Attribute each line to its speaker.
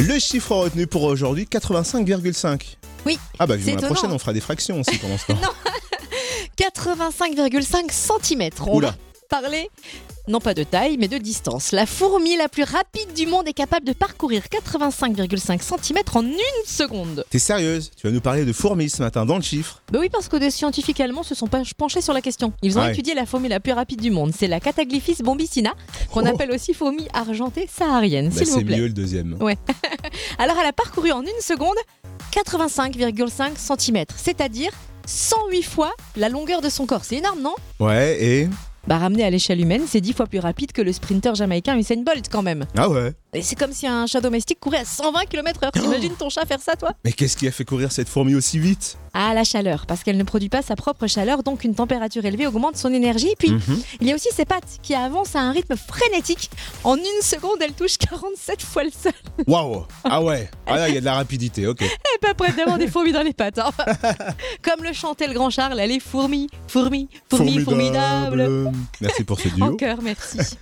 Speaker 1: Le chiffre retenu pour aujourd'hui, 85,5.
Speaker 2: Oui,
Speaker 1: Ah bah, vivement
Speaker 2: c'est
Speaker 1: la prochaine,
Speaker 2: étonnant.
Speaker 1: on fera des fractions aussi pendant ce temps.
Speaker 2: 85,5 cm. On
Speaker 1: Oula.
Speaker 2: va parler non pas de taille, mais de distance. La fourmi la plus rapide du monde est capable de parcourir 85,5 cm en une seconde.
Speaker 1: T'es sérieuse Tu vas nous parler de fourmis ce matin dans le chiffre.
Speaker 2: Bah oui, parce que des scientifiques allemands se sont pas penchés sur la question. Ils ont
Speaker 1: Ah ouais.
Speaker 2: étudié la fourmi la plus rapide du monde. C'est la Cataglyphis bombicina, qu'on
Speaker 1: Oh.
Speaker 2: appelle aussi fourmi argentée saharienne,
Speaker 1: Bah,
Speaker 2: s'il vous
Speaker 1: c'est
Speaker 2: plaît.
Speaker 1: mieux le deuxième.
Speaker 2: Alors elle a parcouru en une seconde 85,5 cm, c'est-à-dire 108 fois la longueur de son corps. C'est énorme, non
Speaker 1: Ouais, et.
Speaker 2: Bah ramené à l'échelle humaine, c'est 10 fois plus rapide que le sprinter jamaïcain Usain Bolt quand même.
Speaker 1: Ah ouais
Speaker 2: Et c'est comme si un chat domestique courait à 120 km/h. T'imagines ton chat faire ça toi
Speaker 1: Mais qu'est-ce qui a fait courir cette fourmi aussi vite
Speaker 2: Ah la chaleur, parce qu'elle ne produit pas sa propre chaleur, donc une température élevée augmente son énergie. Et puis
Speaker 1: Mhm.
Speaker 2: il y a aussi ses pattes qui avancent à un rythme frénétique. En une seconde, elle touche 47 fois le sol.
Speaker 1: Waouh Ah ouais Ah là, il y a de la rapidité, ok.
Speaker 2: Et pas près d'avoir des fourmis dans les pattes. hein. Comme le chantait le grand Charles, elle est fourmi, fourmi, fourmi, formidable.
Speaker 1: Merci pour ce duo.
Speaker 2: En cœur, merci.